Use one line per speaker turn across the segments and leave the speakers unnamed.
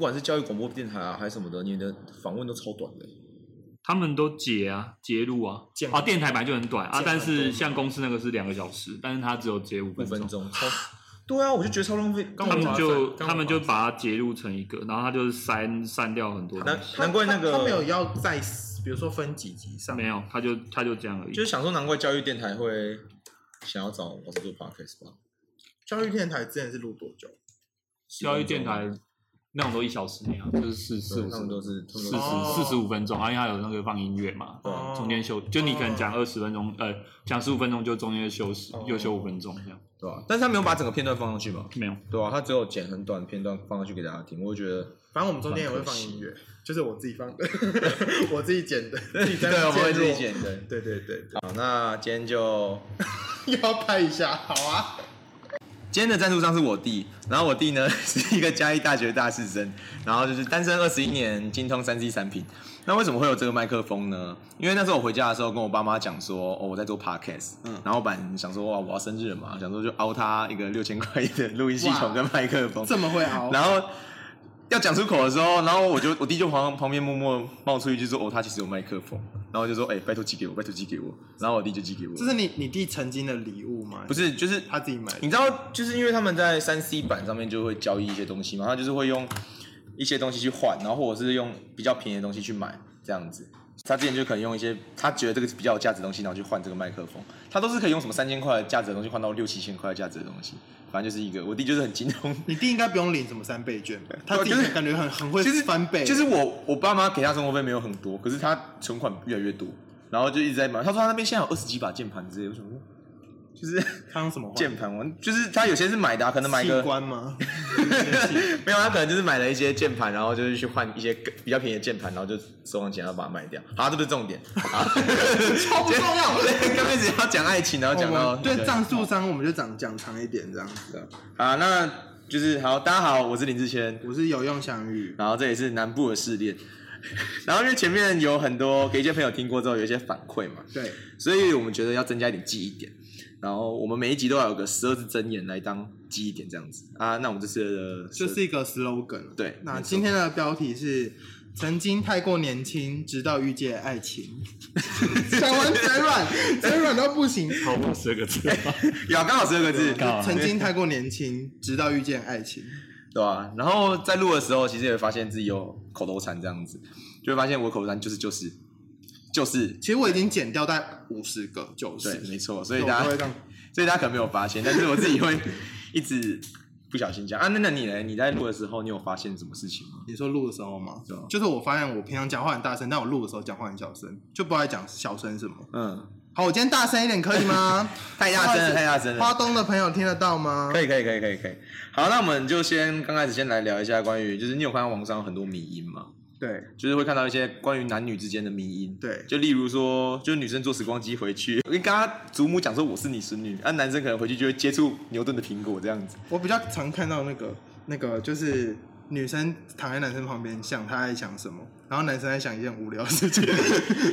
啊教育广播电台啊，还是什么的，你的访问都超短的。
他们都截啊，截录啊
健，康
啊，电台本来就很短啊
健，康
但是
多
像公司那个是两个小时，但是它只有截五
五
分
分
钟，
钟，超对啊，我就觉得超浪费。
刚
他
我
们就
刚我
他们就把它截录成一个，然后它就是删删掉很多
难
东西，
难怪那
他他没有
个，
要在，比如说分几集上，
没有，它就它就这样而已
就。是想说，难怪教育电台会想要找我是做 podcast 吧。
教育电台之前是录多久？
教育电台那种都一小时那样，就是四四
对
五
他
十
们都是他们
四十
都是
哦
四十五分钟，啊因为它有那个放音乐嘛，
对
哦
中间休，就你可能讲二十分钟，呃，讲十五分钟就中间休息
哦，
又休五分钟这样，
对吧？但是他没有把整个片段放上去吧？
没有。
对啊，他只有剪很短的片段放上去给大家听，我就觉得
反正我们中间也会放音乐，就是我自己放的， 我自己剪 的，自己在那
对，我们会自己
录。
剪的。
对对对
好，那今天就
对，要拍一下，好啊。
今天的赞助商是我弟，然后我弟呢 是一个嘉义大学大四生，然后就是单身二十一年，精通三 C 产品。那为什么会有这个麦克风呢？因为那时候我回家的时候跟我爸妈讲说，哦，我在做 podcast，嗯，然后我本来想说哇，我要生日了嘛，想说就凹他一个六千块的录音系统跟麦克风，
这么会啊熬，
然后要讲出口的时候，然后我就我弟就旁旁边默默冒出一句说，哦，他其实有麦克风，然后我就说，哎、拜托寄给我，拜托寄给我，然后我弟就寄给我，
这是你你弟曾经的礼物吗？
不是就是
他自己买的
你知道，就是因为他们在三 C 版上面就会交易一些东西嘛，他就是会用一些东西去换，然后或者是用比较便宜的东西去买这样子。他之前就可能用一些他觉得这个比较有价值的东西，然后去换这个麦克风。他都是可以用什么三千块的价值的东西换到六七千块的价值的东西，反正就是一个我弟就是很精通。
你弟应该不用领什么三倍券吧？他
对啊
自己
就是
感觉很很会
就是
翻倍，
就是我我爸妈给他生活费没有很多，可是他存款越来越多，然后就一直在买。他说他那边现在有二十几把键盘之类的，我想说就是
他用什么换
键盘玩，就是他有些是买的、啊，可能买一
器
个
官吗？
没有，他啊可能就是买了一些键盘，然后就是去换一些更比较便宜的键盘，然后就收完钱要把它卖掉。 好，这不是重点，
超不重要。
刚开始要讲爱情，然后讲
我
到
们对藏树商，我们就讲讲长一点这样子。
啊，那就是好，大家好，我是林志谦，
我是有用相遇，
然后这也是南部的试炼。 然后因为前面有很多给一些朋友听过之后有一些反馈嘛，
对，
所以我们觉得要增加一点记忆点。然后我们每一集都要有个十二字真言来当记忆点这样子啊。那我们这次的
就是一个 slogan。
对
那
没错
今天的标题是“曾经太过年轻，直到遇见 爱情”。讲完嘴软，嘴软到不行。
超过十个字，
有啊刚好十二个字，
刚好
曾经太过年轻，直到遇见爱情。
对吧、然后在录的时候，其实也会发现自己有口头禅这样子，就会发现我口头禅就是就是就是，
其实我已经减掉大概五十个、九
对，
十，
没错。所以
我
大
都会
家
这样
所以大家可能没有发现，但是我自己会一直不小心讲啊。那那你呢？你在录的时候，你有发现什么事情吗？
你说录的时候吗
对啊？
就是我发现我平常讲话很大声，但我录的时候讲话很小声，就不知道在讲小声什么。
嗯，
好，我今天大声一点可以吗？
太大声了，太大声了
花。东的朋友听得到吗？
可
以。
以可以可以可以可以，好，那我们就先刚开始先来聊一下关于，就是你有看到网上有很多迷音吗？
对
就是会看到一些关于男女之间的迷音，
对
就例如说，就是女生坐时光机回去，因为刚刚祖母讲说我是你孙女，啊，男生可能回去就会接触牛顿的苹果这样子，
我比较常看到那个那个就是女生躺在男生旁边想他在想什么，然后男生在想一件无聊的事情，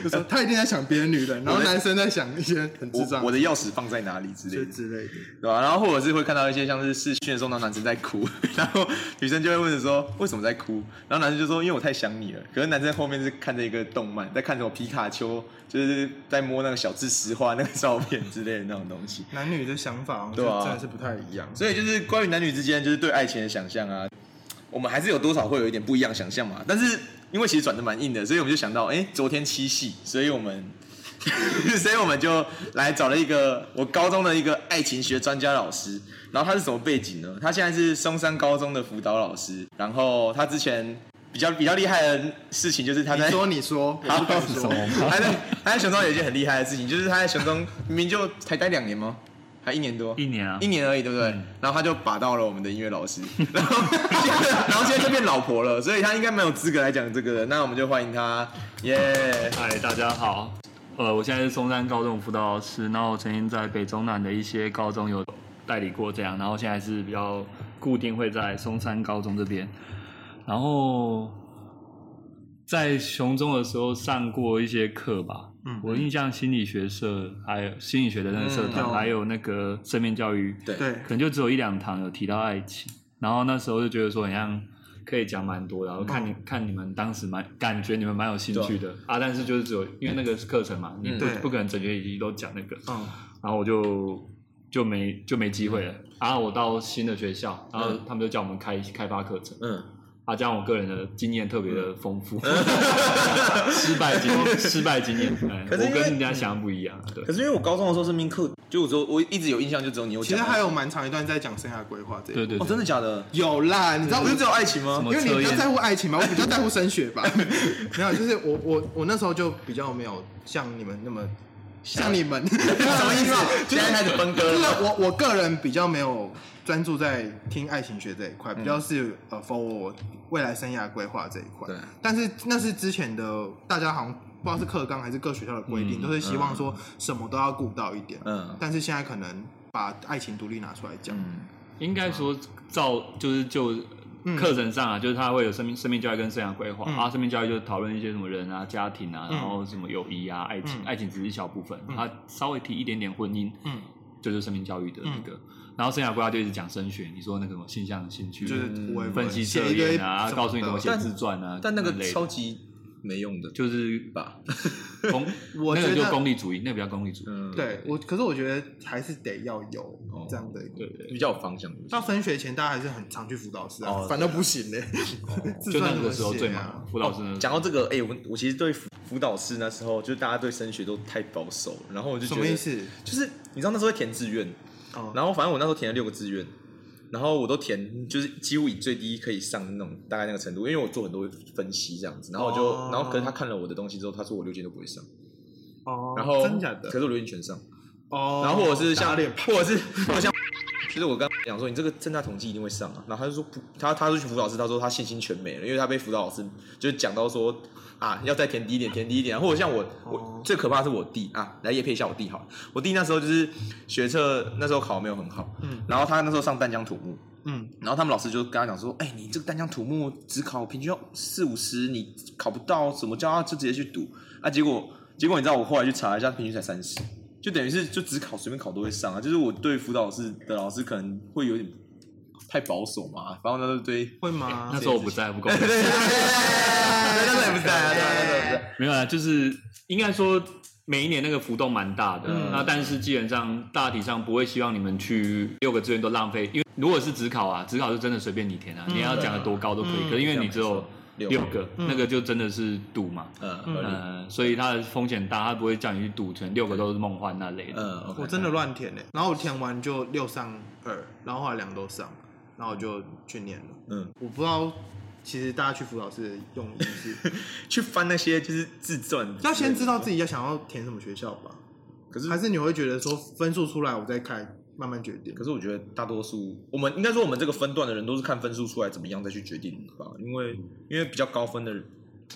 就说他一定在想别的女人，然后男生在想一些很智
我
障
我的钥匙放在哪里之
就
类的，
之类的。
对吧、然后或者是会看到一些像是视讯的时候，然后男生在哭， 然后女生就会问说为什么在哭，然后男生就说因为我太想你了，可是男生后面是看着一个动漫，在看什么皮卡丘，就是在摸那个小智石化那个照片之类的那种东西。
男女的想法，我觉
对啊
得真的是不太一样。
所以就是关于男女之间，就是对爱情的想象啊，我们还是有多少会有一点不一样的想象嘛。但是因为其实转的蛮硬的，所以我们就想到，哎、昨天七夕，所以我们， 所以我们就来找了一个我高中的一个爱情学专家老师。然后他是什么背景呢？他现在是松山高中的辅导老师。然后他之前比较比较厉害的事情就是他在
你 说，你说，我不敢说。
他在他在熊中有一件很厉害的事情，就是他在熊中明明就才待两年吗？还一年多？
一年啊
一，年而已，对不对？然后他就把到了我们的音乐老 师，然后然后现在就变老婆了，所以他应该蛮有资格来讲这个的。那我们就欢迎他，耶、
嗨，大家好，呃，我现在是松山高中辅导老师，然后我曾经在北中南的一些高中有代理过这样，然后现在是比较固定会在松山高中这边，然后在雄中的时候上过一些课吧，
嗯
我印象心理学社还有心理学的那个社团，
嗯
还有那个生命教育，
对
对
可能就只有一两堂有提到爱情，然后那时候就觉得说，很像可以讲蛮多的啊。我看你
嗯
看你们当时蛮感觉你们蛮有兴趣的啊，但是就是只有因为那个是课程嘛，你不
嗯
对
不可能整学期都讲那个，
嗯，
然后我就就没就没机会了。然后我到新的学校，然后他们就叫我们开开发课程，
嗯，
啊，加上我个人的经验特别的丰 富，失败经验，失败经验，哎
可是因为
我跟人家想的不一样，啊对
可，是因为我高中的时候是命课，就我说我一直有印象，就只有你有
其
讲。
实还有蛮长一段在讲生涯规划这一
对对
哦，
对
真的假的？嗯
有啦，你知道
不
我
是只有爱情
什
吗
么？
因为你比
测
较
验
在乎爱情嘛，我比较在乎升学吧。没有，就是我我我那时候就比较没有像你们那么像你们什
么意思
就
现在开
是
始分割
就
了
是我我个人比较没有专注在听爱情学这一块，比较是呃 for 我未来生涯规划这一块。
对
但是那是之前的大家好像不知道是课纲还是各学校的规定，
嗯
都是希望说什么都要顾到一点。
嗯
但是现在可能把爱情独立拿出来讲，
嗯，
应该说照就是就
嗯
课程上啊，就是他会有生命生命教育跟生涯规划
嗯
啊，生命教育就讨论一些什么人啊、家庭啊，
嗯
然后什么友谊啊、爱情，
嗯
爱情只是一小部分，
嗯
他稍微提一点点婚姻，
嗯，
就是生命教育的那个，然后生涯规划就一直讲升学，你说那个什么性向、兴趣，
就是
嗯
我也
分析测
写一堆
验啊，告诉你怎么写
但
自传啊，
但那个
之类的
超级没用的，
就是
吧？
功，
我
那
觉
个就
得
功利主义，那个比较功利主义。
嗯，
对我，可是我觉得还是得要有
哦
这样的一个。
对对，
比较有方向。
到升学前，大家还是很常去辅导室啊，
哦
反倒不行嘞。自
就那
传怎
个
么
时候
写
最
啊
忙，。辅导师那个时候
讲到这个，哎、我我其实对辅辅导师那时候，就大家对升学都太保守了，然后我就觉
什
得
么意？思？
就是你知道那时候会填志愿，
哦
然后反正我那时候填了六个志愿，然后我都填就是几乎以最低可以上那种大概那个程度，因为我做很多分析这样子，然后我就、
哦
然后可是他看了我的东西之后，他说我六间都不会上，
哦
然后
真假
可
的？
是我六间全上，
哦
然后或者是像
打脸
或者是或者像，其实我刚讲说你这个正大统计一定会上啊，然后他就说不，他他就去辅导室，他说他信心全没了，因为他被辅导老师就是讲到说啊要再填低一点，填低一点啊，或者像我我
哦
最可怕的是我弟啊，来也配一下我弟好了，我弟那时候就是学测那时候考得没有很好，
嗯
然后他那时候上淡江土木，
嗯
然后他们老师就跟他讲说：“哎、你这个淡江土木只考平均要四五十，你考不到，怎么叫他就直接去读啊？”结果结果你知道我后来去查一下，平均才三十，就等于是就只考随便考都会上啊。就是我对辅导室的老师可能会有点太保守嘛，然后哎那时候对，
会吗？
那时候我不在，不够。
那时候也不在啊，对啊，那时候也不在。
没有啊，就是应该说每一年那个浮动蛮大的，
嗯
那但是基本上大体上不会希望你们去六个志愿都浪费，因为如果是只考啊，只考就真的随便你填啊，
嗯
你要讲的多高都可以，
嗯
可是因为你只有
啊六
六个，
嗯
那个就真的是赌嘛。
嗯，合理
呃，所以它的风险大，它不会叫你去赌成六个都是梦幻那类的。
嗯，OK，
我真的乱填嘞。然后我填完就六上二，然后后来两都上，然后我就去念了。
嗯，
我不知道，其实大家去辅导室的用意是
去翻那些就是自传，
要先知道自己要想要填什么学校吧。
可是
还是你会觉得说分数出来我再看，慢慢决定
可。是我觉得大多数我们应该说我们这个分段的人都是看分数出来怎么样再去决定吧，因为因为比较高分的人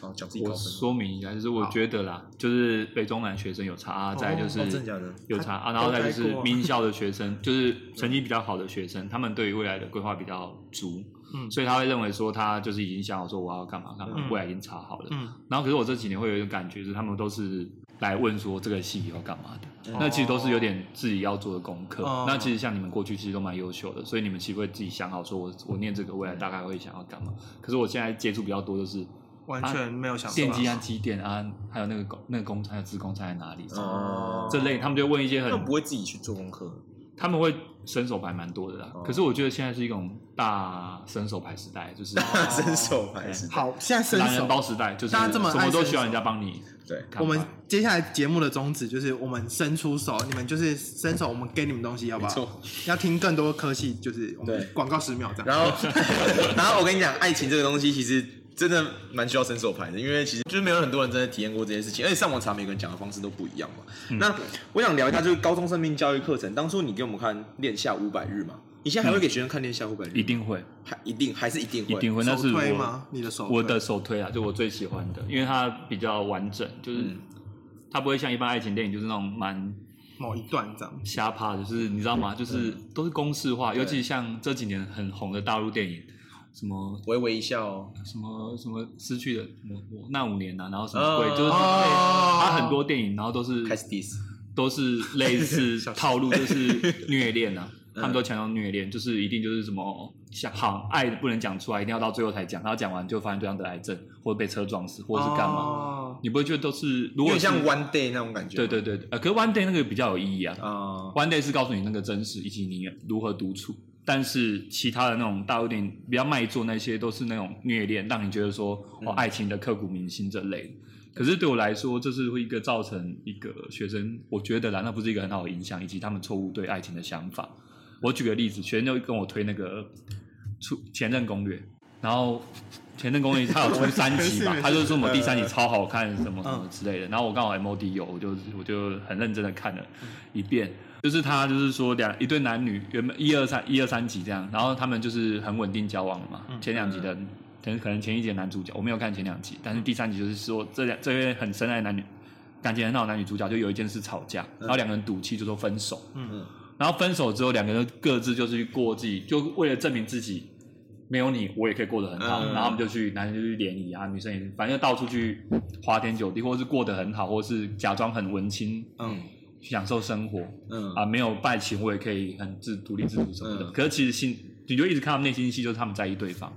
啊讲自己高
我
分，
说明一下，就是我觉得啦，就是北中南学生有差，啊再来就是
哦真的假的
有差啊，然后再就
都
是
开过啊
名校的学生，就是成绩比较好的学生，他们对于未来的规划比较足，
嗯
所以他会认为说他就是已经想好说我要干嘛干嘛，
嗯
未来已经查好了。
嗯，
然后可是我这几年会有一个感觉，就是他们都是来问说这个系以后干嘛的，
嗯
那其实都是有点自己要做的功课。
哦
那其实像你们过去其实都蛮优秀的，所以你们其实会自己想好说我我念这个未来大概会想要干嘛。可是我现在接触比较多的是。
完全没有想到
电机啊、机电啊，还有那个工那个工厂、职工厂在哪里？
哦
这类他们就问一些
他们不
很，
会自己去做功课，
他们会伸手牌蛮多的啦
哦。
可是我觉得现在是一种大伸手牌时代，就是
伸
哦
手牌是
好，现在
懒
伸手
人包时代，就是
大家这么爱
什么都需要
伸手
人家帮你
对，
看吧。
我们接下来节目的宗旨就是我们伸出手，你们就是伸手，我们给你们东西，要不
没
要？
错。
要听更多科系，就是我
对
们广告十秒这样。
然后 然后我跟你讲，爱情这个东西其实真的蛮需要伸手牌的，因为其实就是没有很多人真的体验过这件事情，而且上网查每个人讲的方式都不一样嘛。
嗯
那我想聊一下就是高中生命教育课程，当初你给我们看《恋夏五百日》嘛，你现在还会给学生看《恋夏五百日》吗？
一定会，
还一定还是一定会
一定会，那
手
是
推
我
吗？你的手推
我的首推啊，就我最喜欢的，因为它比较完整，就是
嗯
它不会像一般爱情电影就是那种蛮
某一段这样。
瞎趴的，就是你知道吗？就是都是公式化，
对
尤其像这几年很红的大陆电影，什么
微微一笑哦。
什么什么失去的什么我那五年啊，然后什么
哦
鬼，就是
哦
他很多电影，然后都是
开始 diss，
都是类似套路，就是虐恋啊。
嗯
他们都强调虐恋，就是一定就是什么像好爱不能讲出来，一定要到最后才讲，然后讲完就发现对方得癌症，或者被车撞死，或者是干嘛，
嘛？
你不会觉得都是
有
如果
点
是
哦像 One Day 那种感觉。
对对对，对呃，可是 one day 那个比较有意义啊
啊，
，one day 是告诉你那个真实以及你如何独处，但是其他的那种大陆电影比较卖座那些都是那种虐恋，让你觉得说哦，爱情的刻骨铭心这类的。可是对我来说，这是会一个造成一个学生，我觉得啦，那不是一个很好的影响，以及他们错误对爱情的想法。我举个例子，学生就跟我推那个《出前任攻略》，然后《前任攻略》他有出三集
没事
嘛
没事，
他就说我们第三集超好看，什么什么之类的。然后我刚好 MOD 有，我就我就很认真的看了一遍。就是他就是说两一对男女原本一二三一二三集这样，然后他们就是很稳定交往了嘛。前两集的可能可能前一集的男主角我没有看前两集，但是第三集就是说这两这位很深爱的男女感情很好的男女主角就有一件事吵架，然后两个人赌气就说分手。
嗯，
然后分手之后，两个人各自就去过自己，就为了证明自己没有你，我也可以过得很好。
嗯
然后他们就去，男生就去联谊啊，女生也是，反正到处去花天酒地，或是过得很好，或是假装很文青，
嗯，
享受生活。
嗯
啊，没有拜情，我也可以很自独立自主什么的。
嗯
可是其实心，你就一直看他们内心戏，就是他们在意对方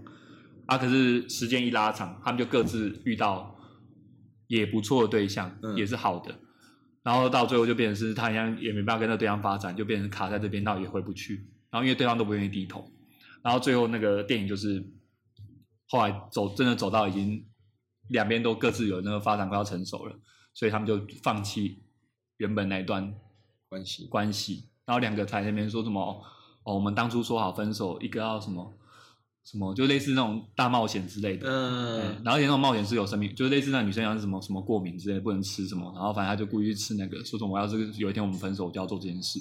啊。可是时间一拉长，他们就各自遇到也不错的对象，
嗯
也是好的。然后到最后就变成是他好像也没办法跟那对象发展，就变成卡在这边，到也回不去。然后因为对方都不愿意低头，然后最后那个电影就是后来走，真的走到已经两边都各自有那个发展快要成熟了，所以他们就放弃原本那一段
关系
关系，然后两个才在那边说什么哦，我们当初说好分手，一个要什么什么，就类似那种大冒险之类的。嗯
嗯，
然后而且那种冒险是有生命，就是类似那女生像是什么什么过敏之类的，不能吃什么，然后反正她就故意去吃那个，说什么我要是有一天我们分手，我就要做这件事。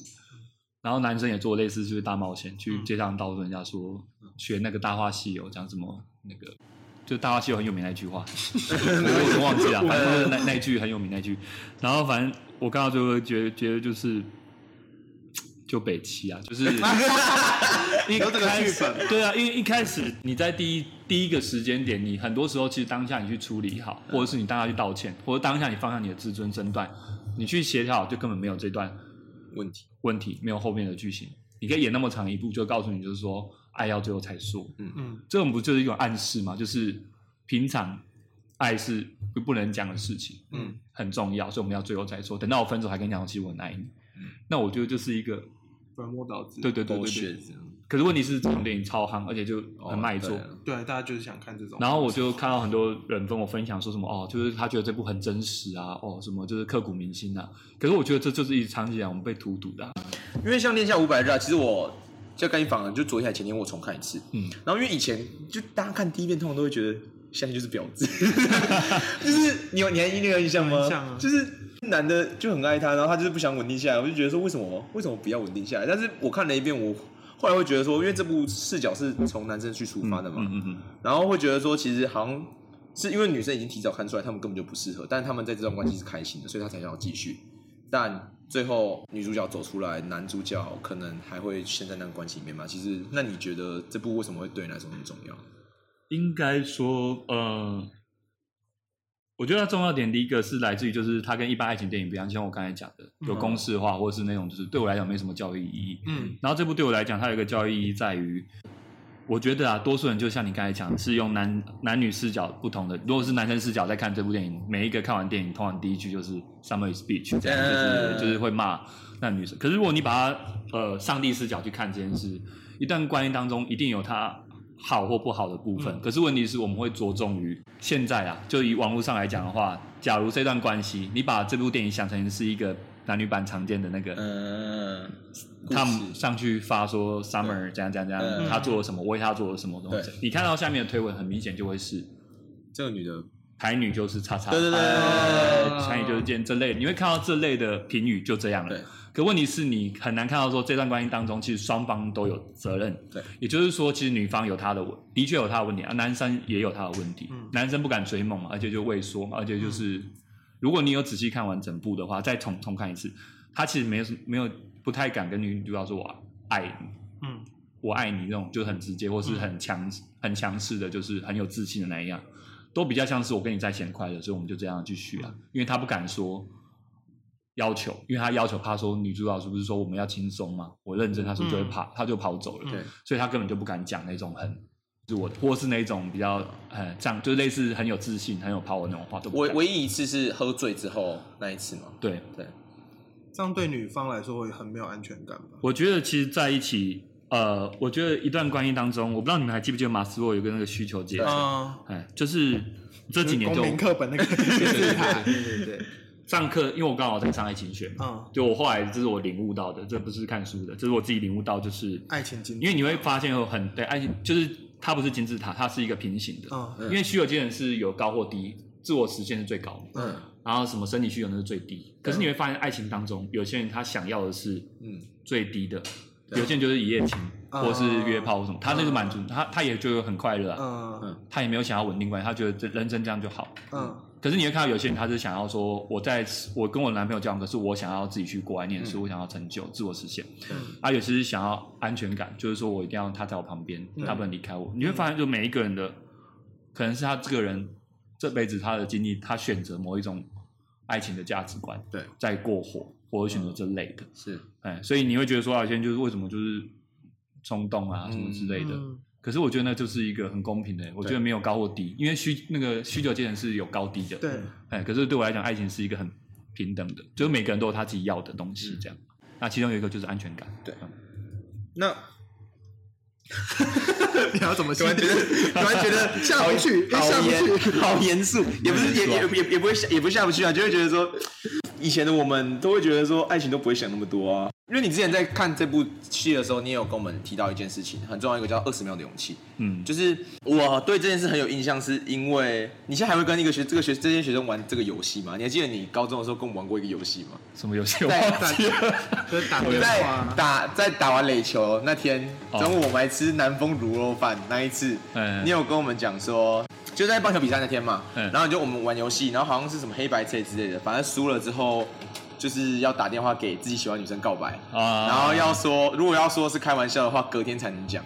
然后男生也做类似就是大冒险，去街上到处人家说学那个《大话西游》讲什么那个，就《大话西游》很有名那一句话，我已经忘记了，反正就是那那一句很有名那一句。然后反正我刚到最后觉得觉得就是就北齐啊，就是一
有这个
开
剧
始
本吗
对啊，因为一开始你在第一第一个时间点，你很多时候其实当下你去处理好，或者是你当下去道歉，或者当下你放下你的自尊身段，你去协调好，就根本没有这段
问题，
问题，没有后面的剧情。你可以演那么长一部，就告诉你就是说爱要最后才说，
嗯，
这种不就是一种暗示吗？就是平常爱是不不能讲的事情，
嗯，
很重要，所以我们要最后再说。等到我分手还跟你讲，其实我很爱你，
嗯
那我觉得就是一个
本末倒置。
对对对
剥
对
削
对。
这样，
可是问题是这种电影超夯，而且就很卖座。
哦对啊
对，大家就是想看这种。
然后我就看到很多人跟我分享说什么哦，就是他觉得这部很真实啊，哦什么就是刻骨铭心啊。可是我觉得这就是一直长期以来我们被荼毒的啊、
因为像《恋下五百日》啊，其实我就跟你访了，就昨天还前天我重看一次，
嗯，
然后因为以前就大家看第一遍，通常都会觉得相信就是婊子，就是你有你还那个印象吗？
印象啊
就是男的就很爱她，然后她就是不想稳定下来，我就觉得说为什么为什么不要稳定下来？但是我看了一遍，我后来会觉得说，因为这部视角是从男生去出发的嘛，
嗯嗯嗯，
然后会觉得说，其实好像是因为女生已经提早看出来，他们根本就不适合，但他们在这段关系是开心的，所以他才想要继续。但最后女主角走出来，男主角可能还会陷在那个关系里面嘛？其实，那你觉得这部为什么会对你来说那么重要？
应该说，呃，我觉得它重要点第一个是来自于就是它跟一般爱情电影不一样，就像我刚才讲的，有公式化或是那种就是对我来讲没什么教育意义。
嗯，
然后这部对我来讲，它有一个教育意义在于，我觉得啊，多数人就像你刚才讲，是用男男女视角不同的。如果是男生视角在看这部电影，每一个看完电影，通常第一句就是 “summer is beach”，这样就是、
嗯
就是会骂那女生。可是如果你把它呃上帝视角去看这件事，一段关系当中一定有它。好或不好的部分，
嗯
可是问题是我们会着重于现在啊，就以网络上来讲的话，假如这段关系，你把这部电影想成是一个男女版常见的那个
嗯，
他们上去发说 Summer 怎样怎样怎
嗯
样，他做了什么，为他做了什么东西
对。
你看到下面的推文，很明显就会是
这个女的，
台女就是叉叉，
对对对
呃
对
台女就是贱这类，你会看到这类的评语就这样了
对。
可问题是你很难看到说这段关系当中，其实双方都有责任。
对，
也就是说，其实女方有她的问，的确有她的问题啊，男生也有他的问题。
嗯
男生不敢追梦嘛，而且就畏缩嘛，而且就是、如果你有仔细看完整部的话，再重重看一次，他其实没有什没有不太敢跟女主角说我爱你。
嗯，
我爱你那种，就很直接，或是很强、很强势的，就是很有自信的那一样，嗯都比较像是我跟你在一起很快乐，所以我们就这样继续啊。因为他不敢说，要求，因为他要求怕说女主角是不是说我们要轻松嘛？我认真，他是不是就会
嗯
怕，他就跑走了。
对，
所以他根本就不敢讲那种很自我的，或是那种比较呃这样，就是类似很有自信、很有 power 那种话都不
唯
敢。
唯一一次是喝醉之后那一次嘛。
对，
对，
这样对女方来说会很没有安全感吧？
我觉得其实在一起，呃，我觉得一段关系当中，我不知道你们还记不记得马斯洛有个那个需求阶
对
层，
啊，
哎、就是这几年
公
就
民课 本那个金字塔，
对对对，
上课，因为我刚好在上爱情学嘛，
嗯，
就我后来这是我领悟到的，这不是看书的，这是我自己领悟到，就是
爱情金字
因
塔，
为你会发现有很对爱情，就是它不是金字塔，它是一个平行的，
嗯
因为虚有阶层是有高或低，自我实现是最高的。
嗯
然后什么生理需求那是最低。可是你会发现，爱情当中有些人他想要的是
嗯，
最低的，有些人就是一夜情，
嗯
或是约炮或什么，他那就满足他，他也就很快乐啊，
嗯
他也没有想要稳定关系，他觉得这人生这样就好。
嗯
可是你会看到有些人，他是想要说，我在我跟我男朋友交往，可是我想要自己去国外念书，我想要成就自我实现。
嗯
啊，有些是想要安全感，就是说我一定要他在我旁边，
嗯
他不能离开我。你会发现，就每一个人的，可能是他这个人这辈子他的经历，他选择某一种爱情的价值观，
对，
在过火，或者选择这类的，
是
嗯
哎，所以你会觉得说，啊有些人就是为什么就是冲动啊什么之类的。
嗯
可是我觉得那就是一个很公平的，我觉得没有高或低，因为需那个需求阶层是有高低的，
对，
哎，可是对我来讲，爱情是一个很平等的，就是每个人都有他自己要的东西，
嗯
这样。那其中有一个就是安全感，
对
嗯
那
你要怎么
突
去？
然觉得，突然觉得
下不去
好
下不
严
去
好严肃，也不是也
严肃啊
也也也不会下也不下不去啊，就会觉得说，以前的我们都会觉得说，爱情都不会想那么多啊。因为你之前在看这部戏的时候，你也有跟我们提到一件事情，很重要一个叫二十秒的勇气。
嗯，
就是我对这件事很有印象，是因为你现在还会跟一个学这个学这些学生玩这个游戏吗？你还记得你高中的时候跟我们玩过一个游戏吗？
什么游戏？我
在
忘记了
就是打
我有
电
在
话，
打在打完垒球那天，
哦
中午我们还吃南丰卤肉饭那一次，
嗯
你有跟我们讲说，就在棒球比赛那天嘛，
嗯
然后就我们玩游戏，然后好像是什么黑白车之类的，反正输了之后就是要打电话给自己喜欢的女生告白，
啊，
然后要说如果要说是开玩笑的话，隔天才能讲，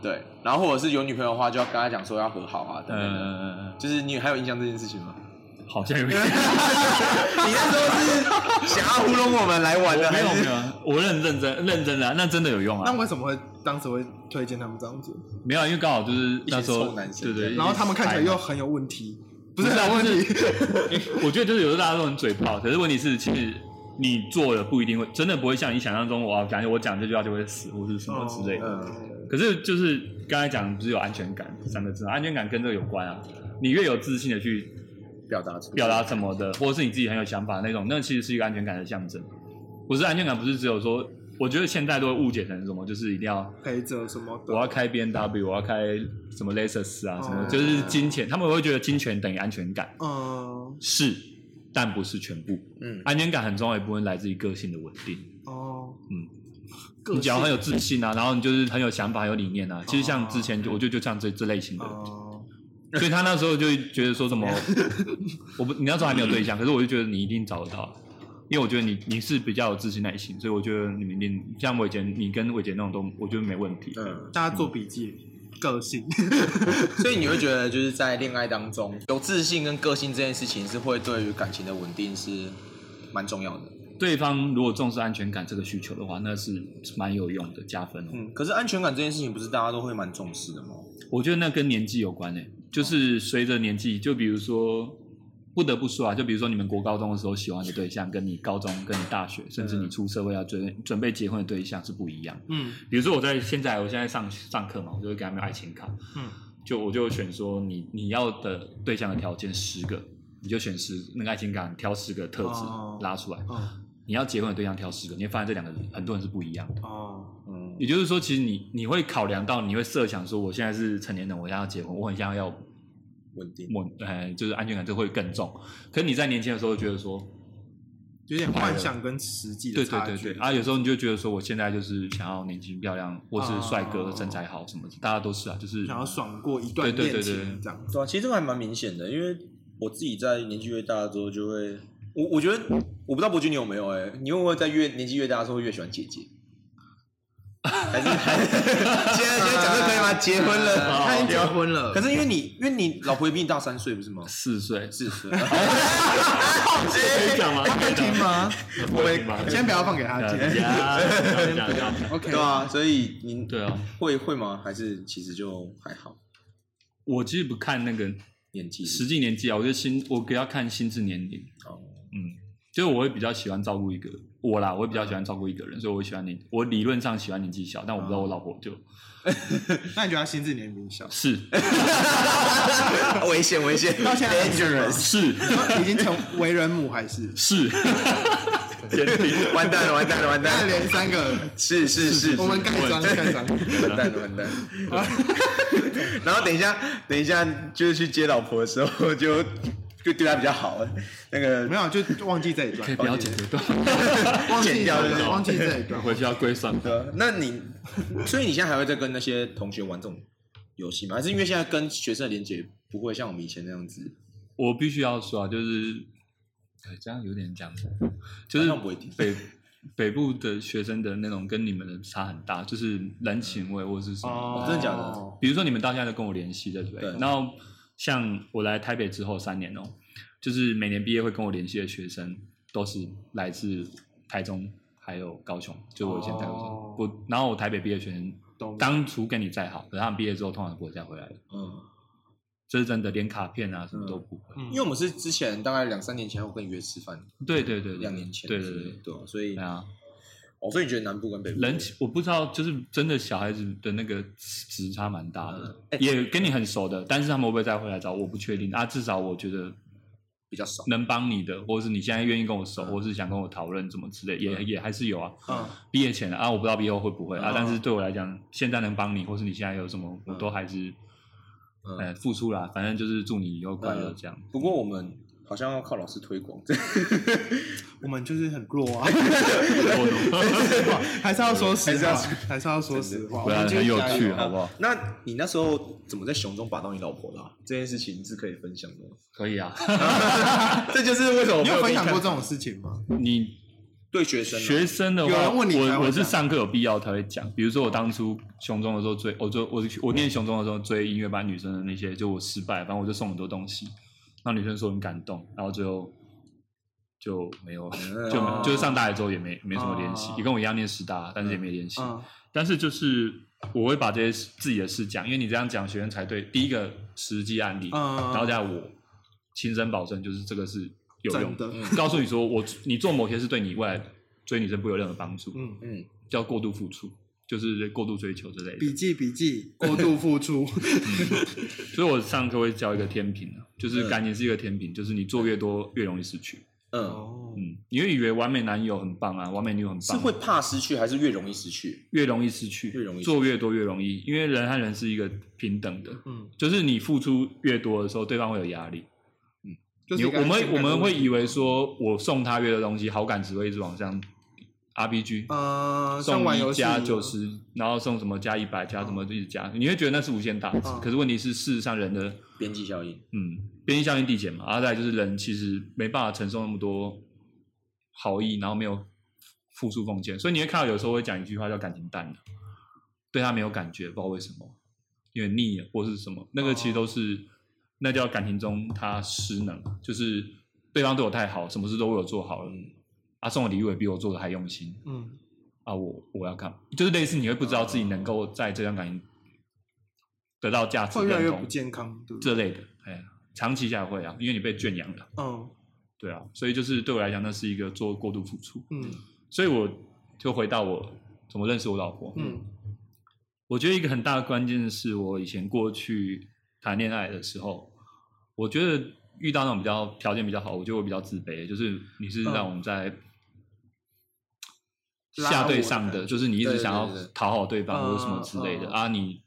对，然后或者是有女朋友的话，就要跟她讲说要和好啊等等的。
呃，
就是你还有印象这件事情吗？
好像 有一点，
你那时候是想要糊弄我们来玩的，
没有
还
没
是
有，我认认真认真的啊，那真的有用
那
啊。
为什么会当时会推荐他们这样子？
没有啊，因为刚好就是
一
那时
群
候
臭男，生
对对，
然后他们看起来
一群
又很有问题，不是
不是啊
有问题，
我觉得就是有时候大家都很嘴炮，可是问题是，其实你做了不一定会，真的不会像你想象中，哇，感觉我讲这句话就会死或是什么之类的。
嗯
可是就是刚才讲，不是有安全感三个字吗，安全感跟这个有关啊。你越有自信的去
表达出
表达什么的，或者是你自己很有想法那种，那其实是一个安全感的象征。不是安全感，不是只有说，我觉得现在都会误解成什么，就是一定要
陪着什么的，
我要开 B N W，我要开什么 Lexus 啊，什么、
哦
就是金钱，他们会觉得金钱等于安全感，
嗯
是，但不是全部。
嗯
安全感很重要一部分来自于个性的稳定，
哦
嗯，
个
你只要很
性
有自信啊，然后你就是很有想法、很有理念啊。其实像之前就，我就就像这这类型的人，
哦
所以他那时候就觉得说什么，我不，你那时候还没有对象，可是我就觉得你一定找得到，因为我觉得你你是比较有自信耐心，所以我觉得你们一定像伟杰，你跟伟杰那种都，我觉得没问题。
嗯，
大家做笔记，个性
所以你会觉得就是在恋爱当中，有自信跟个性这件事情是会对于感情的稳定是蛮重要的。
对方如果重视安全感这个需求的话，那是蛮有用的加分哦。
嗯，可是安全感这件事情不是大家都会蛮重视的吗？
我觉得那跟年纪有关诶、欸就是随着年纪，就比如说，不得不说啊，就比如说你们国高中的时候喜欢的对象，跟你高中、跟你大学，甚至你出社会要准准备结婚的对象是不一样。
嗯
比如说我在现在，我现在上上课嘛，我就会给他们爱情卡，
嗯
就我就选说你你要的对象的条件十个，你就选十那个爱情卡，你挑十个特质
哦
拉出来。
哦
你要结婚的对象挑十个，你会发现这两个人很多人是不一样的。
哦
嗯，
也就是说，其实你你会考量到，你会设想说，我现在是成年人，我现在要结婚，我很像要
稳定。
我呃，就是安全感这会更重。可是你在年轻的时候就觉得说，
有点幻想跟实际
对
的
对
差
对
距
对，啊，有时候你就觉得说，我现在就是想要年轻漂亮，或是帅哥、
哦
身材好什么的，大家都是啊，就是
想要爽过一段
对对对对
恋情
对
这样。
对啊，其实这个还蛮明显的，因为我自己在年纪越大之后就会，我我觉得我不知道伯君你有没有哎、你会不会在越年纪越大之后越喜欢姐 姐？还是 现在现在讲这可以吗？结婚 了，
他已经
有
结婚了，
可是因为你，因为你老婆也比你大三岁，不是吗？
四岁，
四岁，
可以讲吗？
他可以听吗？吗？
不会听吧
先不要放给他
讲
听。
讲讲，
OK，
对啊，所以您
对啊，
会会吗？还是其实就还好？
我其实不看那个
年纪
实际年纪啊，我觉得心我比较看心智年龄，
哦
嗯，就是我会比较喜欢照顾一个我啦，我会比较喜欢照顾一个人，所以我喜欢年，我理论上喜欢年纪小，但我
啊
不知道我老婆就
那你觉得他心智年龄小？
是
危险危险
到现在还是
是
已经成为人母还是？
是，坚定
完蛋了完蛋了完
那
蛋了，
连三个，
是是是，
我们盖章盖章。
完蛋了完蛋了。 然后等一下等一下就是去接老婆的时候就就对她比较好，那个
没有，就忘记这一
可以
段，
不要剪这段，
忘记
剪掉
这一
这
段，
种
忘记这一段。
回去要归算。
对啊，那你，所以你现在还会再跟那些同学玩这种游戏吗？还是因为现在跟学生的连接不会像我们以前那样子？
我必须要说啊，就是哎这样有点讲，就
好
是
像不会听
北北部的学生的那种跟你们的差很大，就是人情味或是什么。
真的假的
比如说你们到现在都跟我联系，对不对？
对
然后像我来台北之后三年哦、就是每年毕业会跟我联系的学生，都是来自台中还有高雄，就我以前台中。
哦
我然后我台北毕业的学生
懂，
当初跟你再好，可是他们毕业之后通常不会再回来了，
嗯，
这是真的，连卡片啊什么都不会。
嗯
因为我们是之前大概两三年前我跟你约吃饭，
对对对，对
两年前
嗯对
之
对
类的对
对。
啊，所以
对啊，
哦，所以你觉得南部跟北部
人情我不知道，就是真的小孩子的那个时差蛮大的，
嗯哎
也跟你很熟的，但是他们会不会再回来找我，我不确定啊。至少我觉得
比较少？
能帮你的，或是你现在愿意跟我熟，或是想跟我讨论怎么之类，也、也还是有啊。
嗯
毕业前啊，我不知道毕业后会不会啊，
嗯
但是对我来讲，现在能帮你，或是你现在有什么，我都还是
嗯
呃付出啦。反正就是祝你以后快
嗯
乐这样。
不过我们好像要靠老师推广， 对
我们就是很弱啊，
我
还是要说实
还是要
话
说，
还是要说实话。我
回来
们就是
很有
加
趣，
油啊
好不好？
那你那时候怎么在熊中把到你老婆的啊、这件事情是可以分享的吗？
可以啊，
这就是为什么我
你
没
有分享
给
过
你看
这种事情吗？
你
对学生、啊、
学生的话，
有人问你才会讲
我我是上课有必要才会讲。比如说我当初雄中的时候追，我追我我念雄中的时候追音乐班女生的那些，就我失败，反正我就送很多东西，那女生说很感动，然后最后就没有了，就、
哦
就是上大学之后也没没什么联系，
哦
也跟我一样念师大，但是也没联系。
嗯，
但是就是我会把这些事自己的事讲，因为你这样讲，学生才对。第一个实际案例，
嗯
然后再来我亲身保证，就是这个是有用
真
的，嗯告诉你说我你做某些事对你未来追女生不会有任何帮助，
嗯，
嗯，
叫过度付出，就是过度追求之类
笔
的。
记笔记，过度 付出，
所以我上课会教一个天平啊，就是感情是一个天平，就是你做越多越容易失去。
嗯，
哦，
嗯，你会以为完美男友很棒啊，完美女友很
是
棒啊，
会怕失去还是越容易失去？
越容易失去，
越容易失去
做越多越容易，因为人和人是一个平等的。
嗯，
就是你付出越多的时候，对方会有压力。
就
你
是
我们会我们会以
为，
为说，我送他越多东西，好感值会一直往上。RPG，、
呃，像
送
玩
一
游戏
加
样
九，十，然后送什么加一百，加什么一直加，你会觉得那是无限大。
嗯
可是问题是，事实上人的
边际效应，
嗯边际效应递减嘛，然后再来就是人其实没办法承受那么多好意，然后没有付出奉献，所以你会看到有时候会讲一句话叫感情淡了，对他没有感觉，不知道为什么，因为腻了或是什么，那个其实都是、
哦
那叫感情中他失能，就是对方对我太好，什么事都为我做好了，他、送我礼物也比我做的还用心，
嗯，
啊，我我要干嘛？就是类似你会不知道自己能够在这段感情得到价值
哦会越来
认
越
同
不健康，对不对？
这类的，哎，长期下来会啊，因为你被圈养了，
嗯
对啊，所以就是对我来讲，那是一个做过度付出，
嗯
所以我就回到我怎么认识我老婆，，
嗯
我觉得一个很大的关键是我以前过去谈恋爱的时候，我觉得遇到那种比较条件比较好，我觉得我比较自卑，就是你是让我们在
嗯拉
下对
我
上
的
的，就是你一直想要
对对对对
讨好对方或者什么之类的
嗯嗯
啊，你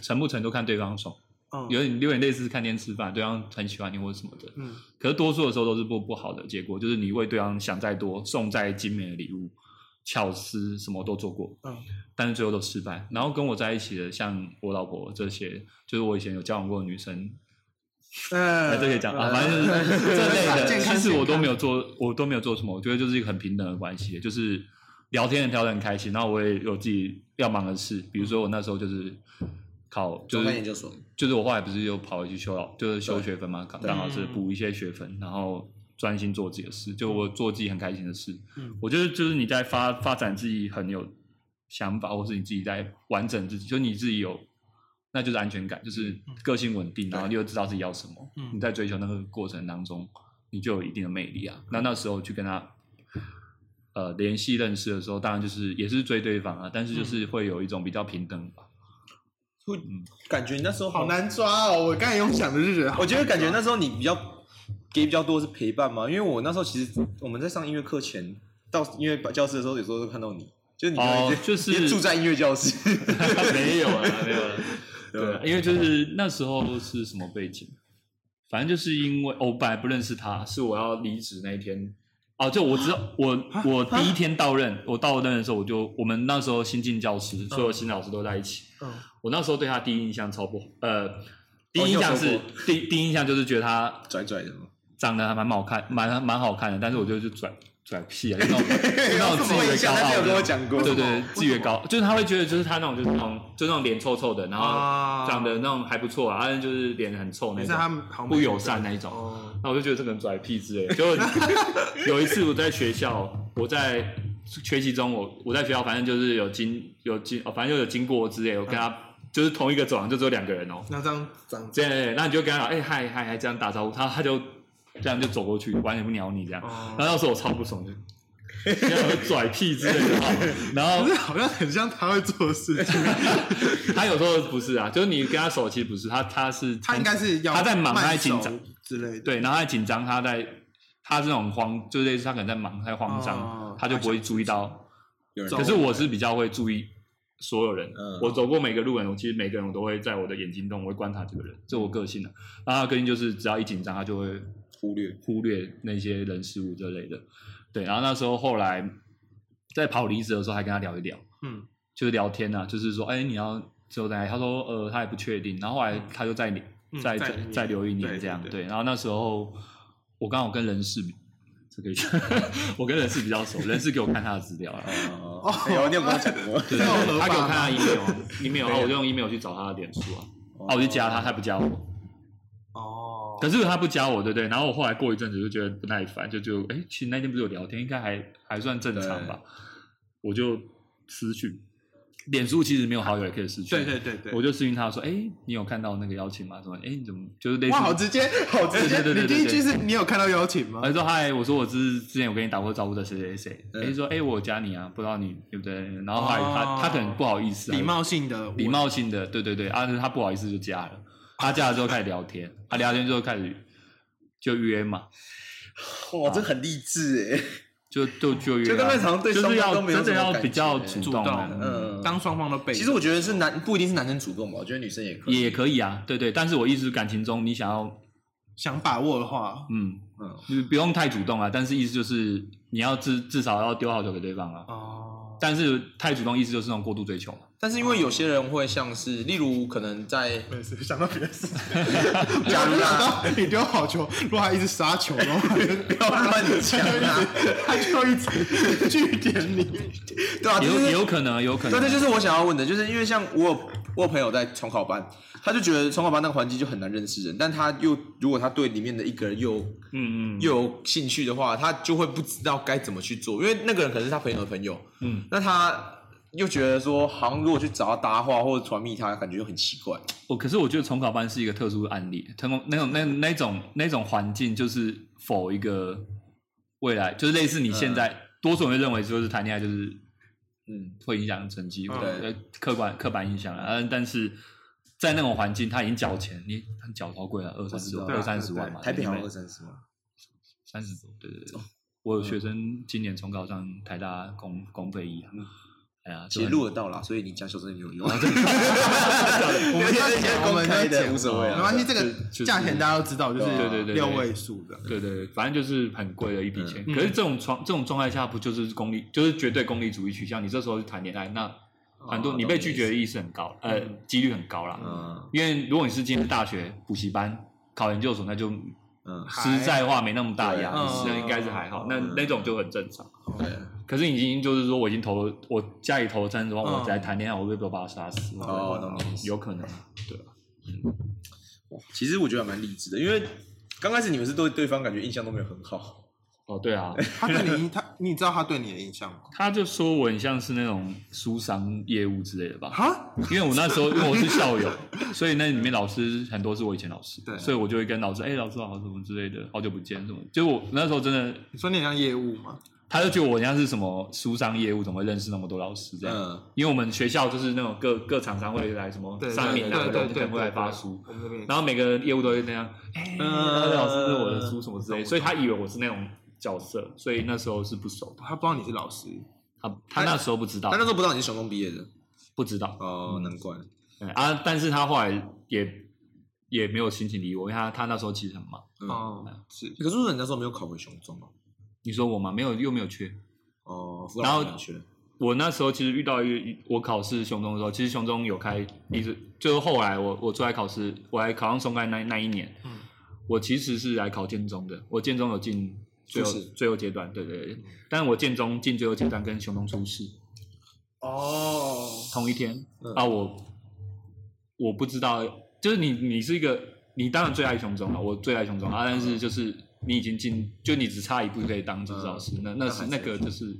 成不成都看对方爽，
嗯，
有点有点类似看天吃饭，对方很喜欢你或者什么的。
嗯
可是多数的时候都是不不好的结果，就是你为对方想再多，送再精美的礼物、巧思什么都做过，
嗯
但是最后都失败。然后跟我在一起的，像我老婆这些，就是我以前有交往过的女生，
呃
哎，这可以讲
嗯
啊，反正就是这类的，
健康
其实我都没
有，
有做，我都没有做什么，我觉得就是一个很平等的关系，就是聊天也聊得很开心，然后我也有自己要忙的事，比如说我那时候就是考，就
中
是
山研究所，
就是我后来不是又跑回去修老，就是修学分嘛，
对
当老师补一些学分，然后专心做自己的事，就我做自己很开心的事。
嗯
我觉得就是你在发发展自己很有想法，或是你自己在完整自己，就你自己有，那就是安全感，就是个性稳定，然后你又知道自己要什么。
嗯
你在追求那个过程当中，你就有一定的魅力啊。那那时候去跟他呃联系认识的时候，当然就是也是追对方啊，但是就是会有一种比较平等吧。
会感觉你那时候
好，难抓哦！我刚才用想的就觉得好
我
难抓，
觉得感觉那时候你比较给比较多是陪伴嘛，因为我那时候其实我们在上音乐课前到音乐教室的时候，有时候都看到你，就是你
哦
一直
就 是
一直住在音乐 教室，
没 有了，没有了。
对啊
对，因为就是那时候是什么背景？反正就是因为哦我本来不认识他，是我要离职那一天。哦，就我知道，我
啊
我第一天到任，我到任的时候，我就我们那时候新进教
嗯
师，所有新老师都在一起。
嗯
我那时候对他第一印象超不好，呃，第一印
哦
象
你
是、
有说
第第一印象就是觉得他
拽拽的嘛。
长得还蛮好看，蛮蛮好看的，但是我觉得就拽拽屁啊，就那种就那种自以
我
为
以前
高
他
傲
没有
的
跟我讲过，
对对
为
对
什么，
自越高，就是他会觉得就是他那种就是那种就那种脸臭臭的，然
啊
后长得那种还不错啊，但是就是脸很臭那
你是他们
种，
好
不友善那一种。
哦，
那我就觉得这个人拽屁之类的。 就有一次我在学校，我在学习中，我我在学校反正就是有经有经，哦反正就有经过之类，
嗯
我跟他、就是同一个走廊就只有两个人哦，
那这样长
这样，那你就跟他讲，哎、嗨嗨嗨，这样打招呼，他他就这样就走过去，完全不鸟你这样。
哦
然后那时候我超不爽，就 这样拽屁之类的，然后
可哦是好像很像他会做的事 情，
他有时候不是啊，就是你跟他熟，其实不是他，他是
他应该是要
他在忙，他在
慢手
紧张，
之类的。
对，然后他紧张，他在他这种慌，就类似他可能在忙，在慌张，
哦
他就不会注意到。
有人
走
可是我是比较会注意所有人，
嗯
我走过每个路人，我其实每个人我都会在我的眼睛中，我会观察这个人，这我个性的、啊。然后他个性就是只要一紧张，他就会
忽 略，
忽略那些人事物之类的。对，然后那时候后来在跑离职的时候，还跟他聊一聊。
嗯，
就是聊天啊，就是说，哎、你要之后再来。他说，呃，他也不确定。然后后来他就再留、
嗯
再
再
再
留一年
再留一年
对
这样。
对
对然后那时候我刚好跟人事比，这可以讲， 我跟人事比较熟，人事给我看他的资料 了。
哦，哎呦，你有跟我讲过， 哦
对，
这样合法
他给我看
吗
他 email，email，然后我就用 email 去找他的脸书啊，啊，我就加他，他不加我。
哦，
可是他不加我，对不对？然后我后来过一阵子就觉得不耐烦，就就哎，其实那天不是有聊天，应该还还算正常吧。我就私讯，脸书其实没有好友也可以私讯，
对对对对，
我就私讯他说，哎，你有看到那个邀请吗？什么？哎，你怎么就是类似
哇，？好直接，好直接！
对对对对
你第
对
一句是你有看到邀请吗
他？说嗨，我说我之之前有跟你打过招呼的谁谁谁，
嗯
哎说哎我有加你啊，不知道你对不对？然后后来
哦
他他可能不好意思啊，
礼貌性的问
礼，貌性的，对对对，啊，他不好意思就加了，他加了之后开始聊天，啊聊天之后开始就约嘛，啊
哇，这很励志哎，
就就就约啊，
就刚开始好像对
就是
双方都
要
没有
真的
什么
要
感
比较
觉
主动啊，
主动
嗯，
嗯，
当双方都被。
其实我觉得是男不一定是男生主动吧，我觉得女生也可以，
也可以啊，对对，但是我意思是感情中你想要，
想把握的话，
嗯，
嗯，
你不用太主动啊，但是意思就是你要至至少要丢好球给对方啊，
哦，
但是太主动意思就是那种过度追求嘛，
但是因为有些人会像是，例如可能 在
没事，想到别的 事。
假
假
如
如
啦，
啊， 你丢好球，如果他一直杀球的 话，
不要乱讲 啊，
他就一 直据点你。
对啊，
也
就
有
是
也有可能，也有可
对，
能，啊
这就是我想要问的，就是因为像我有我有朋友在重考班，他就觉得重考班那个环境就很难认识人，但他又如果他对里面的一个人又
嗯嗯
又有兴趣的话，他就会不知道该怎么去做，因为那个人可能是他朋友的朋友，
嗯，
那他又觉得说，好像如果去找他搭话或者传密他，感觉又很奇怪。
我哦可是我觉得重考班是一个特殊的案例，成功那种那那种那种环境就是否一个未来，就是类似你现在、多数人会认为就是谈恋爱就是
嗯，
会影响成绩，
嗯
呃，客观刻板印象啊，但但是在那种环境他已经缴钱，你他缴多贵了，二三十万，
我知
道
二三十万嘛，
台北好像
对
二
不对
三十万，
三十多，对对对。我有学生今年重考上台大公公费医啊
嗯，
哎呀，
其实
就很
录得到啦，所以你讲小声点有用。
我
我
们要
现在
剪，我
公
们
开
要
的
剪，
无所谓啊，
没关系，这
就是
个价钱大家都知道，就是
对对
对对
六位数的。
对对，对反正就是很贵的一笔钱。
嗯
可是这种状这种状态下，不就是功利，就是绝对功利主义取向？你这时候去谈恋爱，那很多、
哦
你被拒绝的意识很高，呃，几率很高啦。
嗯
因为如果你是今天大学补习班考研究所，那就
嗯，
实在话没那么大
对
压力，
嗯
那应该是还好。那那种就很正常。
对，
可是已经就是说，我已经投了，我家里投了三十万，
嗯
我才谈恋爱，我会不会把他杀死？
哦我懂你意思
有可能，对啊
其实我觉得还蛮励志的，因为刚开始你们是对对方感觉印象都没有很好，
哦，对啊，
他对 你印他，你知道他对你的印象吗？
他就说我很像是那种书商业务之类的 吧，
哈，
因为我那时候因为我是校友，所以那里面老师很多是我以前老师，
对
所以我就会跟老师，哎、老师好，什么之类的，好久不见什么，就我那时候真的，
你说你很像业务吗？
他就觉得我很像是什么书商业务，怎么会认识那么多老师这样？
嗯，
因为我们学校就是那种各各厂商会来什么
对，对
三明啊，
对对
然
对
后
对，
会来
对
发书，，
我们这边也
然后每个业务都会那样，哎、
嗯
老师我的书什么之类的，
懂
所以他以为我是那种角色，所以那时候是不熟的。
他不知道你是老师，
他他那时候不知道
他那，时候不知道你是雄工毕业的
不知道
哦，难怪。
对啊，但是他后来也也没有心情理我，因为他他那时候其实很忙。
嗯，
哦，是
可是说人那时候没有考回雄中啊，
你说我吗？没有，又没有缺。
哦，辅
然
导
后
很缺，
我那时候其实遇到一个一我考试雄中的时候，其实雄中有开一直，就是后来我我出来考试，我还考上松开那那一年，
嗯
我其实是来考建中的，我建中有进最后
初试嗯
最后阶段，对对对，但我建中进最后阶段跟雄中初试
哦，
同一天、
嗯
啊，我我不知道，就是你你是一个，你当然最爱雄中了，我最爱雄中啊，但是就是你已经进，就你只差一步可以当主治老师，那那
嗯
是
那还是
那个就是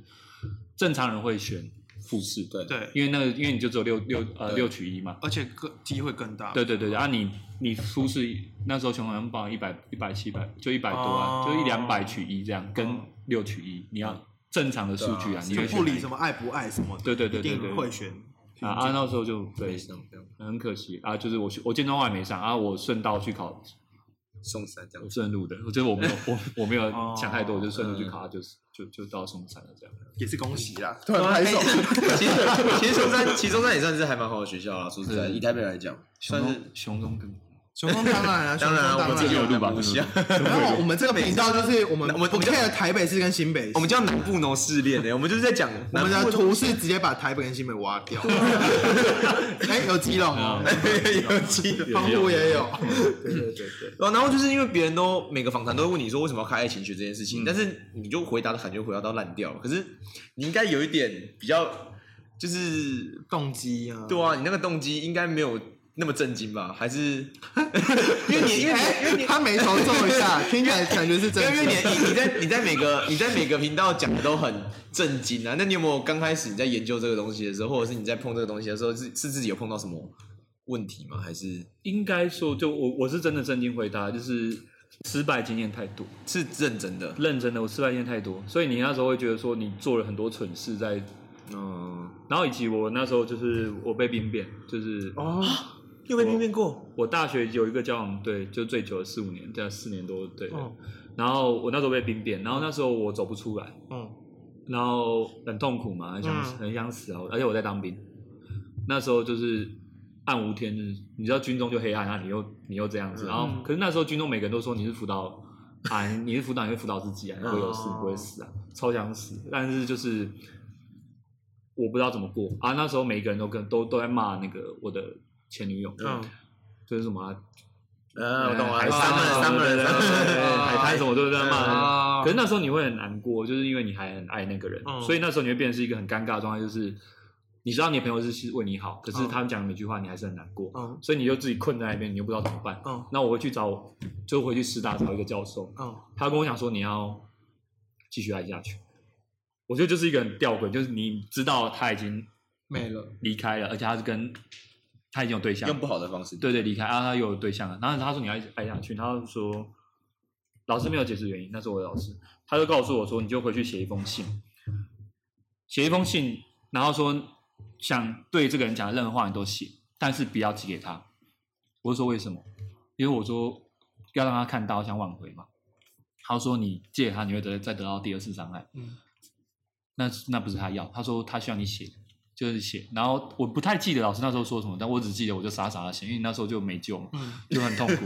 正常人会选复试，对
对，
对，
因为那个，因为你就只有六六呃
对
六取一嘛。
而且更机会更大，
对对对对啊你，你初试那时候全港榜一百一百七百就一百多啊，
哦
就一两百取一这样，跟
嗯
六取一，你要正常的数据
对
啊
啊，
你
就
会选
不理
哪一
什么爱不爱什么的，
对对对
一
对
定会
对。
选
啊啊，那时候就对
没，上这样，
很可惜啊，就是我去我建中外没上啊，我顺道去考
送三这样
我，顺路的，我觉得我没有我我没有
哦嗯
想太多，我就顺路去考，啊就是就就到松山了这样。
也是恭喜 啦，突
啊
然拍 手，
其实其实中山其实中山也算是还蛮好的学校啦，说实在，
是
以台北来讲，算是
雄中跟
雄风当然啊，
当然啊，
雄风
我们
当
自己
然
有
啊。
录吧，
雄中
像
然后我们这个频道就是我们
我们
我们
我们叫
care 台北市跟新北市，
我们叫南部农事恋的，我们就是在讲
我
南
们
部
的图是直接把台北跟新北挖掉。哎，有基隆哦，
啊有机的。
澎湖也有。对对对对，
然后就是因为别人都每个访谈都会问你说为什么要开爱情学这件事情，但是你就回答的感觉回答到烂掉了。可是你应该有一点比较，就是
动机啊，
对啊，你那个动机应该没有那么震惊吧？还是因为你因为你因为你
他眉头皱一下，听起来感觉是真
因为因为
的。
你你你在你在每个你在每个频道讲的都很震惊啊，那你有没有刚开始你在研究这个东西的时候，或者是你在碰这个东西的时候，是是自己有碰到什么问题吗？还是
应该说，就我我是真的正经回答，就是失败经验太多，
是认真的？
认真的我失败经验太多，所以你那时候会觉得说你做了很多蠢事在，
嗯，
然后以及我那时候就是我被兵变，就是
哦，
又被
被
骗骗
骗骗
过？
我大学有一个交往对，就最久的四五年，这样四年多对的
嗯
然后我那时候被兵变，然后那时候我走不出来，
嗯，
然后很痛苦嘛，很想、
嗯
很想死啊！而且我在当兵，那时候就是暗无天日，你知道军中就黑暗啊，你又你又这样子，然后
嗯
可是那时候军中每个人都说你是辅导啊，你你是辅导，你会辅导自己啊，你不会有事，
哦
你不会死啊，超想死，但是就是我不知道怎么过啊。那时候每一个人都跟都都在骂那个我的前女友，
嗯，
就是什么啊、
嗯，我懂了，
海
三
滩
门
啊
三
对对对对对
门，
海滩什么都在骂
嗯
啊。
啊
可是那时候你会很难过，就是因为你还很爱那个人，
嗯
所以那时候你会变成是一个很尴尬的状态，就是你知道你的朋友是是为你好，可是
嗯
他们讲的每句话你还是很难过，
嗯
所以你就自己困在那边，你又不知道怎么办。
嗯
那我会去找，就回去师大找一个教授，
嗯，
他跟我讲说你要继续爱下去。我觉得就是一个很吊诡，就是你知道他已经
没了。
离开了，而且他是跟他已经有对象了，
用不好的方式，
对对，离开啊，他有对象了。然后他说你要一直爱下去，然后说老师没有解释原因，那是我的老师，他就告诉我说你就回去写一封信，写一封信，然后说想对这个人讲的任何话你都写，但是不要寄给他。我就说为什么？因为我说要让他看到，想挽回嘛。他说你借给他，你会得再得到第二次伤害。
嗯
那那不是他要，他说他需要你写，就是写。然后我不太记得老师那时候说什么，但我只记得我就傻傻的写，因为那时候就没救嘛，
嗯，
就很 痛苦，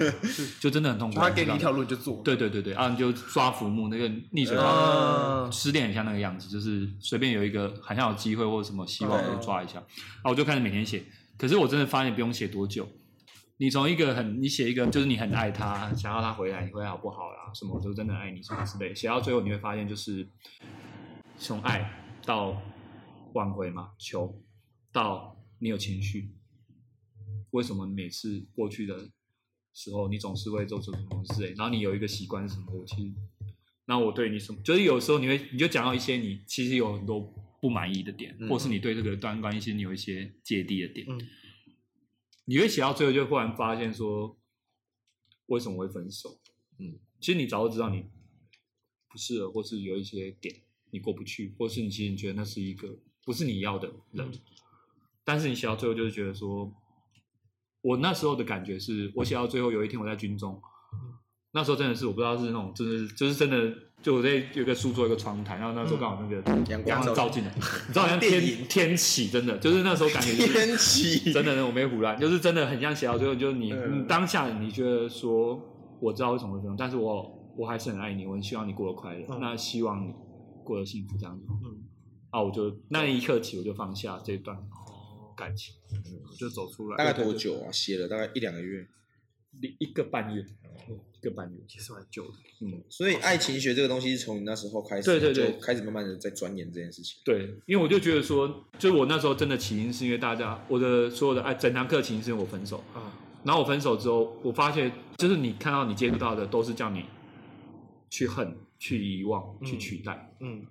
就真的很痛苦。
他给你一
知道
条
吗，
路你就做，
对对对对，啊，你就抓浮木那个逆水
嗯
花，
啊，
失恋很像那个样子，就是随便有一个好像有机会或者什么希望
对
我就抓一下，啊，我就开始每天写。可是我真的发现不用写多久。你从一个很，你写一个就是你很爱他，想要他回来，你回来好不好啦？什么我就真的爱你什么之类，写到最后你会发现就是从爱到挽回嘛，求到你有情绪，为什么每次过去的时候，你总是会做出什么事、欸，然后你有一个习惯是什么，我其实，那我对你什么，就是有时候你会你就讲到一些你其实有很多不满意的点，
嗯
或是你对这个段关系你有一些芥蒂的点，
嗯
你会写到最后就忽然发现说，为什么会分手？
嗯，
其实你早就知道你不适合，或是有一些点你过不去，或是你其实你觉得那是一个不是你要的
嗯
人，但是你写到最后就是觉得说，我那时候的感觉是我写到最后有一天我在军中，
嗯
那时候真的是我不知道是那种就是就是真的就我在有一个书桌一个窗台，然后那时候刚好那个
嗯阳光
光
照
照进来，你知道好像
电
天
影
天启真的就是那时候感 觉就是
天气
真的呢，我没胡乱，就是真的很像写到最后，就是你、
嗯
你当下你觉得说我知道为什么会这样，但是我我还是很爱你，我很希望你过得快乐，
嗯
那希望你过得幸福这样子。
嗯，
啊，我就那一刻起我就放下这段感情，我就走出来。
大概多久啊？写了大概一两个月。
对？对对一个半月，一个半月。
其实蛮久的。
嗯，
所以爱情学这个东西是从你那时候开始，
对对对
就开始慢慢的在钻研这件事情。
对，因为我就觉得说，就是我那时候真的起因是因为大家我的所有的爱，整堂课起因是因为我分手。
啊，
然后我分手之后，我发现就是你看到你接触到的都是叫你去恨、去遗忘、
嗯
去取代，
嗯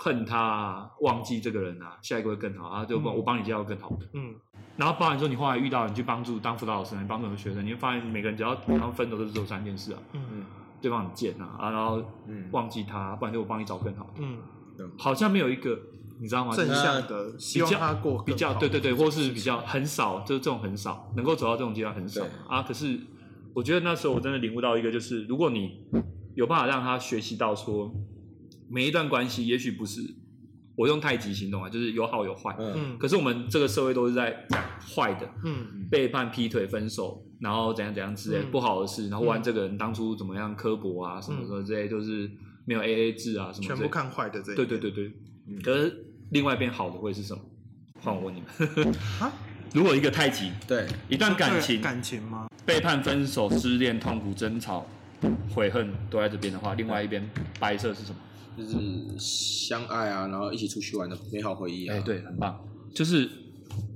恨他、啊，忘记这个人啊，下一个会更好啊，就帮、
嗯
我帮你介绍更好的。
嗯
然后包含说你后来遇到，你去帮助当辅导老师，你帮助很多学生，你会发现每个人只要然后分手就是做三件事啊，
嗯
对方很贱啊，啊然后
嗯，
忘记他，不然就我帮你找更好的，
嗯，
好像没有一个你知道吗？啊
正
就是
向的，希望他过
比较
更好
对对对，或是比较很少，就是这种很少能够走到这种阶段很少
对
啊。可是我觉得那时候我真的领悟到一个，就是如果你有办法让他学习到说，每一段关系也许不是我用太极行动啊，就是有好有坏。
嗯，
嗯
可是我们这个社会都是在讲坏的，
嗯
背叛、劈腿、分手，然后怎样怎样之类、
嗯
不好的事，然后完这个人当初怎么样刻薄啊，什么什么之类，就是没有 AA 制啊，什么之类
全部看坏的这一
对
面
对对对，
嗯
可是另外一边好的会是什么？换我问你们，
啊，
如果一个太极，
对，
一段感
对
情
感情吗？
背叛、分手、失恋、痛苦、争吵、悔恨都在这边的话，另外一边白色是什么？
就是相爱啊，然后一起出去玩的美好回忆啊。
哎，，对，很棒，就是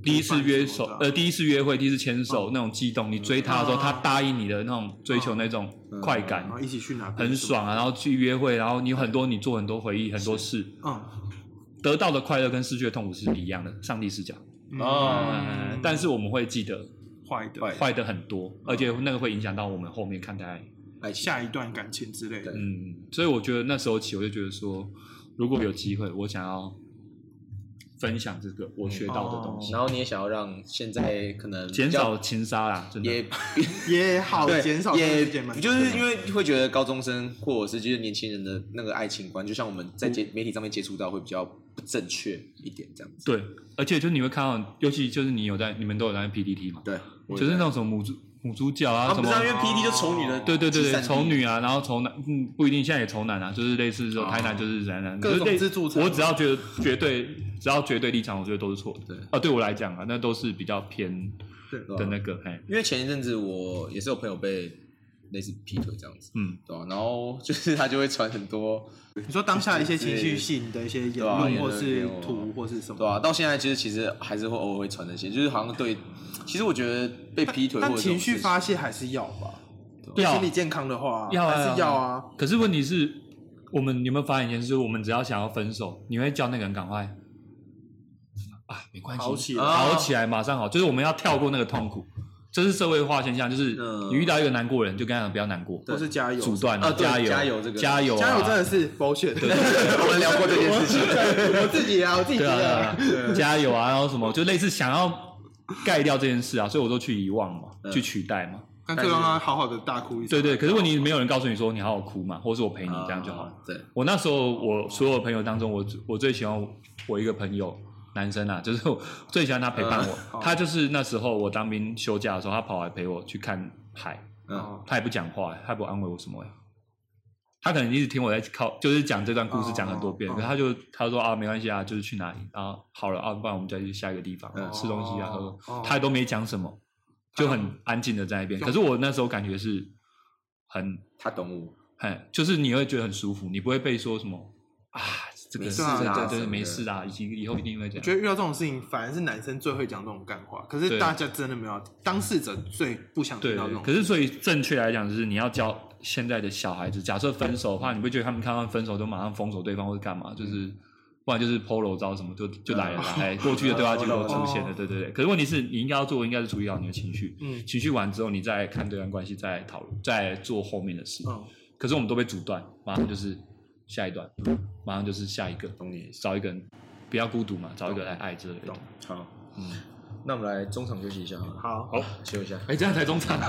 第一次约手
背叛什么，的
呃，第一次约会、第一次牵手那种悸动，你追他的时候，
哦
他答应你的那种追求那种
嗯
快
然
感，
后一起去哪边？
很。爽啊，然后去约会，然后你有很多你做很多回忆，很多事，
嗯
得到的快乐跟失去的痛苦是不一样的，上帝视角。
哦
呃，但是我们会记得
嗯坏的
坏
坏的很多，而且那个会影响到我们后面看待。
爱情
下一段感情之类的
对。
嗯，所以我觉得那时候起，我就觉得说，如果有机会，我想要分享这个我学到的东西，
然后你也想要让现在可能比较
哦减少哦情杀啦，真的
也
也好，
对
减少
也
减蛮
就是
啊
因为会觉得高中生或者是就是年轻人的那个爱情观，就像我们在
嗯
接媒体上面接触到会比较不正确一点这样子。
对，而且就是你会看到，尤其就是你有在，你们都有在 PPT 嘛，
对，
就是那种什么母猪母猪教啊，
他
什
们不
么
是因为 P D 就丑女的，
对对对对，丑
女。
女啊，然后丑男，嗯，不一定，现在也丑男啊，就是类似说台南就是宅男，
各种
就是类
自助餐
我只要觉得绝对，只要绝对立场，我觉得都是错的。
对
啊，对我来讲啊，那都是比较偏
对
的那个，哎，
因为前一阵子我也是有朋友被类似劈腿这样子，
嗯，
对啊吧、然后就是他就会传很多，
你说当下一些情绪性的一些言论，
对啊
或是
言论
图，或是什
对啊吧、
么？
到现在其实其实还是会偶尔会传那些，就是好像对，其实我觉得被劈腿或
但
者这种
情
事
绪
情
发泄还是要吧，对
要啊
心理健康的话，
要啊
还是要啊。
可是问题是，我们你有没有发现一件事？我们只要想要分手，你会叫那个人赶快啊，没关系，
好起
来
好起来，马上好，就是我们要跳过那个痛苦，这是社会化现象，就是
嗯
你遇到一个难过的人，就跟他讲不要难过，
或是加油，
阻断
啊
了，
对加
油，加
油这个
加油啊，
加油真的是 bullshit。
我们聊过这件事情，
我自己啊，我自己觉
对啊，对
得
啊，对啊加油啊，然后什么，就类似想要盖掉这件事啊，所以我都去遗忘嘛，
嗯
去取代嘛，
干脆让他好好的大哭一场。
对对。可是问题没有人告诉你说你好好哭嘛，或是我陪 你这样就好了。
啊。对，
我那时候我所有朋友当中，我我最喜欢我我一个朋友。男生啊，就是我最喜欢他陪伴我。他就是那时候我当兵休假的时候，他跑来陪我去看海，
嗯，
他也不讲话、他也不安慰我什么、欸。他可能一直听我在靠，就是讲这段故事讲很多遍，
哦哦
可是他就他说啊，没关系啊，就是去哪里啊，好了啊，不然我们再去下一个地方、
嗯
吃东西啊，喝，
哦哦
他都没讲什么，就很安静的在那边。可是我那时候感觉是很
他懂我，
很，就是你会觉得很舒服，你不会被说什么啊，这个
没
是
事
啊
啊
啊，
什
对，
么
没
的
事啊，以及以后一定会这
我
样。
觉得遇到这种事情，反而是男生最会讲这种干话，可是
对
大家真的没有，当事者最不想
对
听到这种。
可是所以正确来讲，就是你要教现在的小孩子，假设分手的话，你不会觉得他们看到分手都马上封锁对方或者干嘛？就是不然就是 polo 招什么就就来了啦，哎，过去的对话记录都出现了，
哦
对对对。可是问题是你应该要做的，应该是处理好你的情绪，
嗯
情绪完之后，你再看对方关系，再讨论，再做后面的事。
嗯，
可是我们都被阻断，马上就是下一段，马上就是下一个，
懂你意思。
找一个人，不要孤独嘛，找一个来爱之类的
懂。
好，嗯，那我们来中场休息一下好了，
好，
好，
休息一下。
哎，这样才中场。